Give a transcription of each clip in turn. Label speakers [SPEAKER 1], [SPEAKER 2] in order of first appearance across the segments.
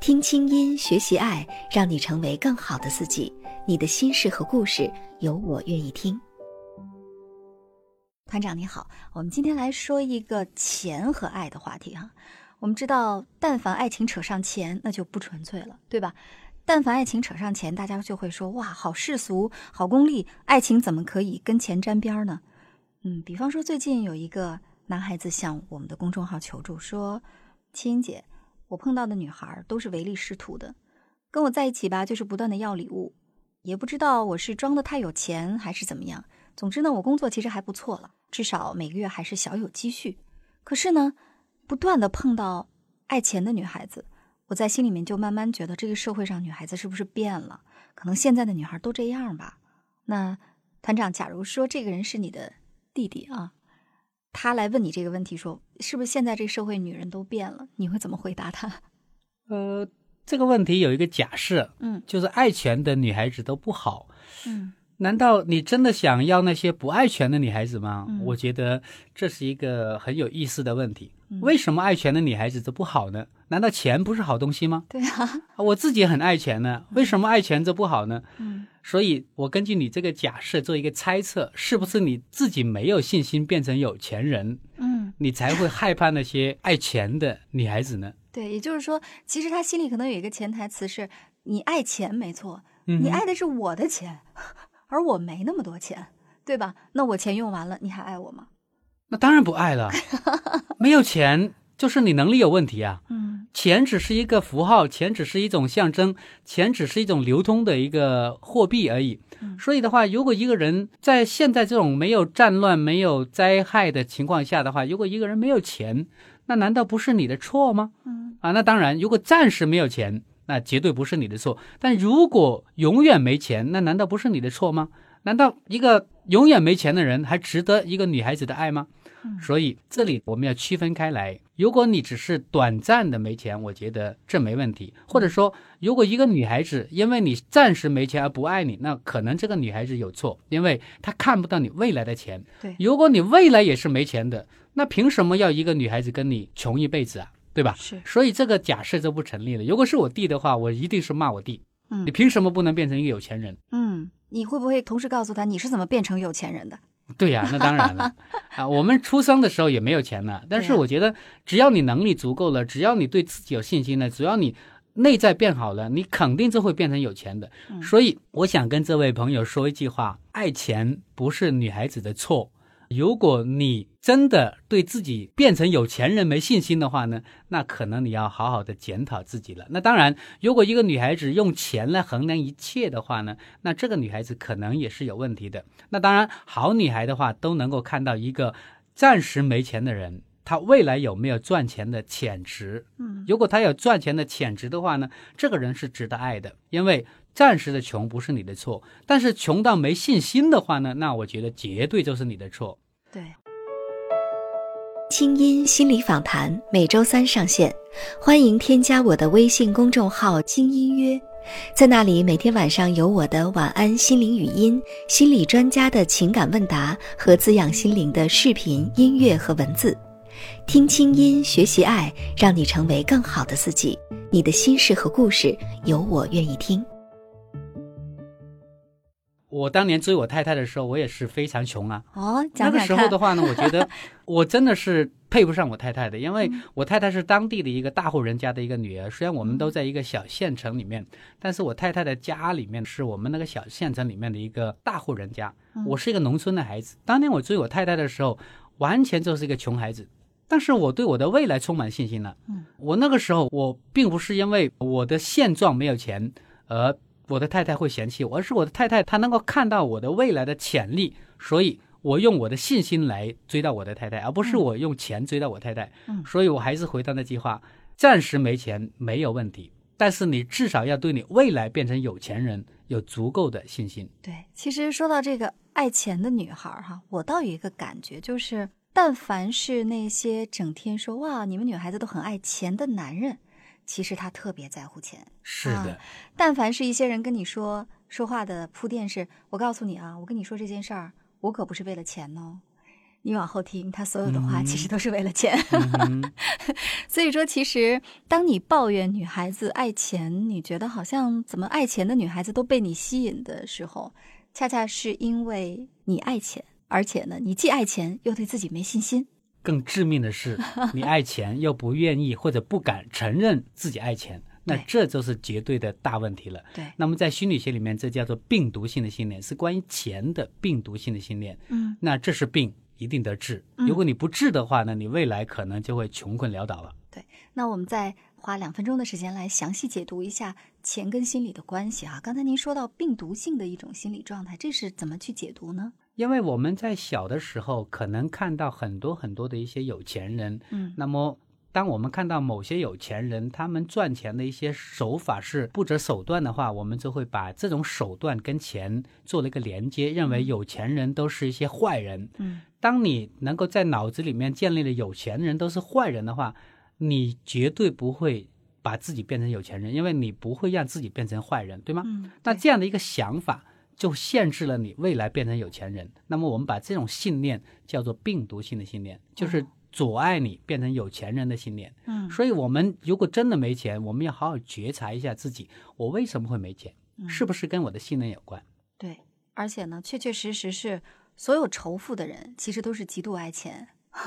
[SPEAKER 1] 听清音，学习爱，让你成为更好的自己。你的心事和故事，有我愿意听。团长你好，我们今天来说一个钱和爱的话题哈。我们知道，但凡爱情扯上钱，那就不纯粹了，对吧？但凡爱情扯上钱，大家就会说哇，好世俗，好功利，爱情怎么可以跟钱沾边儿呢？嗯，比方说最近有一个男孩子向我们的公众号求助说：“青姐，我碰到的女孩都是唯利是图的，跟我在一起吧，就是不断的要礼物，也不知道我是装的太有钱还是怎么样。总之呢，我工作其实还不错了，至少每个月还是小有积蓄。可是呢，不断的碰到爱钱的女孩子，我在心里面就慢慢觉得这个社会上女孩子是不是变了？可能现在的女孩都这样吧。那团长，假如说这个人是你的。”弟弟啊，他来问你这个问题说，说是不是现在这社会女人都变了？你会怎么回答他？
[SPEAKER 2] 呃，这个问题有一个假设，
[SPEAKER 1] 嗯，
[SPEAKER 2] 就是爱钱的女孩子都不好。
[SPEAKER 1] 嗯，
[SPEAKER 2] 难道你真的想要那些不爱钱的女孩子吗？
[SPEAKER 1] 嗯
[SPEAKER 2] 我觉得这是一个很有意思的问题。
[SPEAKER 1] 嗯
[SPEAKER 2] 为什么爱钱的女孩子都不好呢？难道钱不是好东西吗？
[SPEAKER 1] 对啊，
[SPEAKER 2] 啊我自己也很爱钱呢，为什么爱钱这不好呢？
[SPEAKER 1] 嗯
[SPEAKER 2] 所以，我根据你这个假设做一个猜测，是不是你自己没有信心变成有钱人，
[SPEAKER 1] 嗯，
[SPEAKER 2] 你才会害怕那些爱钱的女孩子呢？
[SPEAKER 1] 对，也就是说，其实他心里可能有一个潜台词是：你爱钱没错，
[SPEAKER 2] 嗯哼
[SPEAKER 1] 你爱的是我的钱，而我没那么多钱，对吧？那我钱用完了，你还爱我吗？
[SPEAKER 2] 那当然不爱了，没有钱就是你能力有问题啊。
[SPEAKER 1] 嗯
[SPEAKER 2] 钱只是一个符号，钱只是一种象征，钱只是一种流通的一个货币而已。
[SPEAKER 1] 嗯
[SPEAKER 2] 所以的话，如果一个人在现在这种没有战乱、没有灾害的情况下的话，如果一个人没有钱，那难道不是你的错吗？
[SPEAKER 1] 嗯
[SPEAKER 2] 啊，那当然，如果暂时没有钱，那绝对不是你的错。但如果永远没钱，那难道不是你的错吗？难道一个永远没钱的人还值得一个女孩子的爱吗？
[SPEAKER 1] 嗯
[SPEAKER 2] 所以这里我们要区分开来。如果你只是短暂的没钱，我觉得这没问题。或者说，如果一个女孩子因为你暂时没钱而不爱你，那可能这个女孩子有错，因为她看不到你未来的钱。
[SPEAKER 1] 对
[SPEAKER 2] 如果你未来也是没钱的，那凭什么要一个女孩子跟你穷一辈子啊？对吧？
[SPEAKER 1] 是
[SPEAKER 2] 所以这个假设就不成立了。如果是我弟的话，我一定是骂我弟。
[SPEAKER 1] 嗯
[SPEAKER 2] 你凭什么不能变成一个有钱人？
[SPEAKER 1] 嗯，你会不会同时告诉他你是怎么变成有钱人的？
[SPEAKER 2] 对呀、那当然了啊！我们出生的时候也没有钱呢，但是
[SPEAKER 1] 对呀
[SPEAKER 2] 我觉得只要你能力足够了，只要你对自己有信心了，只要你内在变好了，你肯定就会变成有钱的。
[SPEAKER 1] 嗯
[SPEAKER 2] 所以我想跟这位朋友说一句话：爱钱不是女孩子的错。如果你真的对自己变成有钱人没信心的话呢，那可能你要好好的检讨自己了。那当然，如果一个女孩子用钱来衡量一切的话呢，那这个女孩子可能也是有问题的。那当然，好女孩的话都能够看到一个暂时没钱的人，她未来有没有赚钱的潜质。
[SPEAKER 1] 嗯
[SPEAKER 2] 如果她有赚钱的潜质的话呢，这个人是值得爱的，因为暂时的穷不是你的错，但是穷到没信心的话呢，那我觉得绝对就是你的错。
[SPEAKER 1] 对，
[SPEAKER 3] 清音心理访谈每周三上线，欢迎添加我的微信公众号“清音约”，在那里每天晚上有我的晚安心灵语音、心理专家的情感问答和滋养心灵的视频、音乐和文字。听清音，学习爱，让你成为更好的自己。你的心事和故事，有我愿意听。
[SPEAKER 2] 我当年追我太太的时候，我也是非常穷啊。
[SPEAKER 1] 哦，
[SPEAKER 2] 那
[SPEAKER 1] 讲
[SPEAKER 2] 个
[SPEAKER 1] 讲
[SPEAKER 2] 时候
[SPEAKER 1] 看
[SPEAKER 2] 的，话呢，我 觉得我真的是配不上我太太的，因为
[SPEAKER 1] 嗯
[SPEAKER 2] 我太太是当地的一个大户人家的一个女儿。虽然我们都
[SPEAKER 1] 嗯
[SPEAKER 2] 在一个小县城里面，但是我太太的家里面是我们那个小县城里面的一个大户人家。
[SPEAKER 1] 嗯
[SPEAKER 2] 我是一个农村的孩子，当年我追我太太的时候，完全就是一个穷孩子。但是我对我的未来充满信心了。
[SPEAKER 1] 嗯，
[SPEAKER 2] 我那个时候我并不是因为我的现状没有钱而呃我的太太会嫌弃我，而是我的太太她能够看到我的未来的潜力，所以我用我的信心来追到我的太太，而不是
[SPEAKER 1] 嗯
[SPEAKER 2] 我用钱追到我太太。
[SPEAKER 1] 嗯
[SPEAKER 2] 所以我还是回到那句话，暂时没钱没有问题。但是你至少要对你未来变成有钱人有足够的信心。
[SPEAKER 1] 对，其实说到这个爱钱的女孩儿哈，我倒有一个感觉，就是但凡是那些整天说哇你们女孩子都很爱钱的男人，其实他特别在乎钱。
[SPEAKER 2] 是
[SPEAKER 1] 啊
[SPEAKER 2] 的，
[SPEAKER 1] 但凡是一些人跟你说说话的铺垫是，我告诉你啊，我跟你说这件事儿，我可不是为了钱哦。你往后听，他所有的话
[SPEAKER 2] 嗯
[SPEAKER 1] 其实都是为了钱。
[SPEAKER 2] 嗯哼
[SPEAKER 1] 所以说，其实当你抱怨女孩子爱钱，你觉得好像怎么爱钱的女孩子都被你吸引的时候，恰恰是因为你爱钱，而且呢，你既爱钱又对自己没信心。
[SPEAKER 2] 更致命的是，你爱钱又不愿意或者不敢承认自己爱钱，那
[SPEAKER 1] 对
[SPEAKER 2] 这就是绝对的大问题了。
[SPEAKER 1] 对，
[SPEAKER 2] 那么在心理学里面，这叫做病毒性的信念，是关于钱的病毒性的信念。
[SPEAKER 1] 嗯，
[SPEAKER 2] 那这是病，一定得治。
[SPEAKER 1] 嗯
[SPEAKER 2] 如果你不治的话呢，你未来可能就会穷困潦倒了。
[SPEAKER 1] 那我们再花两分钟的时间来详细解读一下钱跟心理的关系啊。刚才您说到病毒性的一种心理状态，这是怎么去解读呢？
[SPEAKER 2] 因为我们在小的时候，可能看到很多很多的一些有钱人，
[SPEAKER 1] 嗯
[SPEAKER 2] 那么，当我们看到某些有钱人他们赚钱的一些手法是不择手段的话，我们就会把这种手段跟钱做了一个连接，认为有钱人都是一些坏人。
[SPEAKER 1] 嗯，
[SPEAKER 2] 当你能够在脑子里面建立了有钱人都是坏人的话，你绝对不会把自己变成有钱人，因为你不会让自己变成坏人，对吗？
[SPEAKER 1] 嗯，
[SPEAKER 2] 那
[SPEAKER 1] 对
[SPEAKER 2] 这样的一个想法就限制了你未来变成有钱人。那么我们把这种信念叫做病毒性的信念，就是阻碍你变成有钱人的信念。
[SPEAKER 1] 嗯
[SPEAKER 2] 所以我们如果真的没钱，我们要好好觉察一下自己，我为什么会没钱？
[SPEAKER 1] 嗯
[SPEAKER 2] 是不是跟我的信念有关？
[SPEAKER 1] 对，而且呢，确确实实是所有仇富的人其实都是极度爱钱，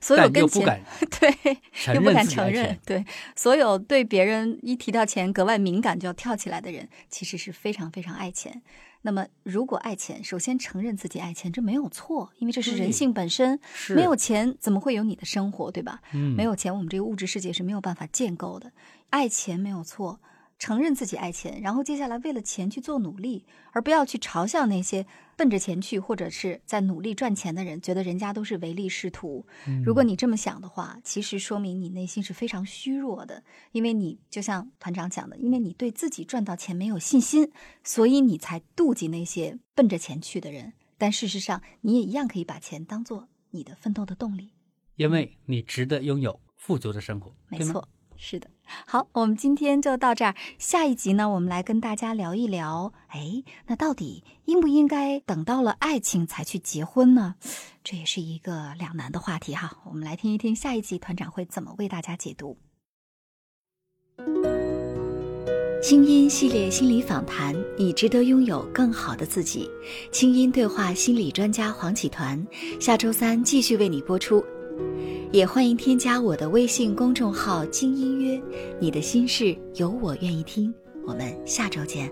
[SPEAKER 1] 所有
[SPEAKER 2] 但
[SPEAKER 1] 跟
[SPEAKER 2] 又不
[SPEAKER 1] 钱
[SPEAKER 2] 敢
[SPEAKER 1] 对
[SPEAKER 2] 承
[SPEAKER 1] 又不
[SPEAKER 2] 认
[SPEAKER 1] 敢
[SPEAKER 2] 自己
[SPEAKER 1] 承
[SPEAKER 2] 爱
[SPEAKER 1] 认
[SPEAKER 2] 钱，，
[SPEAKER 1] 对所有对别人一提到钱格外敏感就要跳起来的人，其实是非常非常爱钱。那么，如果爱钱，首先承认自己爱钱，这没有错，因为这是人
[SPEAKER 2] 对
[SPEAKER 1] 性本身。
[SPEAKER 2] 是
[SPEAKER 1] 没有钱，怎么会有你的生活，对吧？
[SPEAKER 2] 嗯
[SPEAKER 1] 没有钱，我们这个物质世界是没有办法建构的。爱钱没有错，承认自己爱钱，然后接下来为了钱去做努力，而不要去嘲笑那些奔着钱去或者是在努力赚钱的人，觉得人家都是唯利是图。如果你这么想的话，其实说明你内心是非常虚弱的，因为你就像团长讲的，因为你对自己赚到钱没有信心，所以你才妒忌那些奔着钱去的人。但事实上，你也一样可以把钱当做你的奋斗的动力。
[SPEAKER 2] 因为你值得拥有富足的生活，
[SPEAKER 1] 没
[SPEAKER 2] 对吗
[SPEAKER 1] 错，是的。好，我们今天就到这儿。下一集呢，我们来跟大家聊一聊，哎，那到底应不应该等到了爱情才去结婚呢？这也是一个两难的话题哈。我们来听一听下一集团长会怎么为大家解读。
[SPEAKER 3] 清音系列心理访谈，你值得拥有更好的自己。清音对话心理专家黄启团，下周三继续为你播出。也欢迎添加我的微信公众号“金音约”，你的心事有我愿意听。我们下周见。